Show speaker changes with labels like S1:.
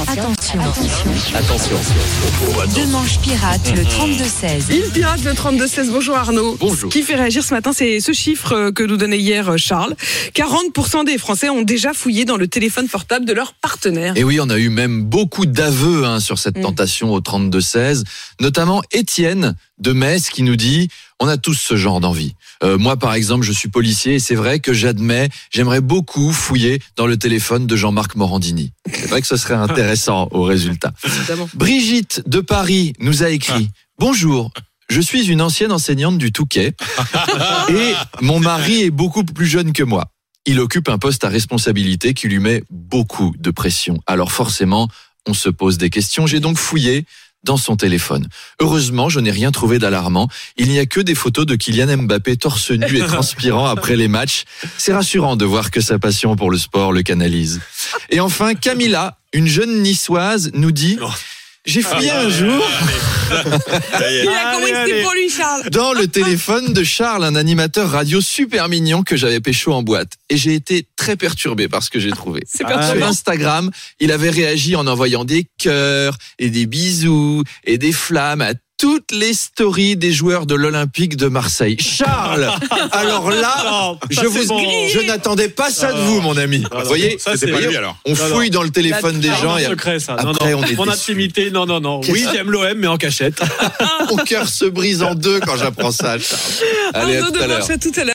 S1: Attention. Deux manches pirates, le 32-16.
S2: Il pirate le 32-16. Bonjour Arnaud.
S3: Bonjour.
S2: Ce qui fait réagir ce matin, c'est ce chiffre euh, que nous donnait hier euh, Charles. 40% des Français ont déjà fouillé dans le téléphone portable de leur partenaire.
S3: Et oui, on a eu même beaucoup d'aveux hein, sur cette tentation au 32-16, notamment Étienne de Metz qui nous dit « On a tous ce genre d'envie. Euh, moi, par exemple, je suis policier et c'est vrai que j'admets, j'aimerais beaucoup fouiller dans le téléphone de Jean-Marc Morandini. C'est vrai que ce serait intéressant au résultat.
S2: Évidemment.
S3: Brigitte de Paris nous a écrit Bonjour. Je suis une ancienne enseignante du Touquet et mon mari est beaucoup plus jeune que moi. Il occupe un poste à responsabilité qui lui met beaucoup de pression. Alors forcément, on se pose des questions. J'ai donc fouillé dans son téléphone. Heureusement, je n'ai rien trouvé d'alarmant. Il n'y a que des photos de Kylian Mbappé torse nu et transpirant après les matchs. C'est rassurant de voir que sa passion pour le sport le canalise. Et enfin, Camilla, une jeune niçoise, nous dit J'ai fouillé un jour
S2: Il a compris que c'était pour lui, Charles.
S3: dans le téléphone de Charles, un animateur radio super mignon que j'avais pécho en boîte. Et j'ai été très perturbé par ce que j'ai trouvé.
S2: C'est
S4: Ah
S3: Sur
S2: perturbant.
S3: Instagram, il avait réagi en envoyant des cœurs et des bisous et des flammes à toutes les stories des joueurs de l'Olympique de Marseille. Charles, alors
S4: Ah,
S3: là, je vous, je n'attendais pas ça de vous, mon ami. vous voyez,
S4: ça, c'est
S3: vous
S4: pas
S3: voyez,
S4: lui, alors.
S3: On fouille dans le téléphone des
S5: Ah,
S3: gens
S5: non,
S3: et
S5: secret, ça. Non,
S3: après,
S5: non.
S3: on est
S5: Mon
S3: déçu.
S5: intimité, non, non, non. Oui,
S3: Qu'est-ce-
S5: j'aime l'OM, mais en cachette.
S3: mon cœur se brise en deux quand j'apprends ça. Charles. Allez, à
S2: Arnaud
S3: tout
S2: de
S3: à l'heure.
S2: Manche, à tout à l'heure.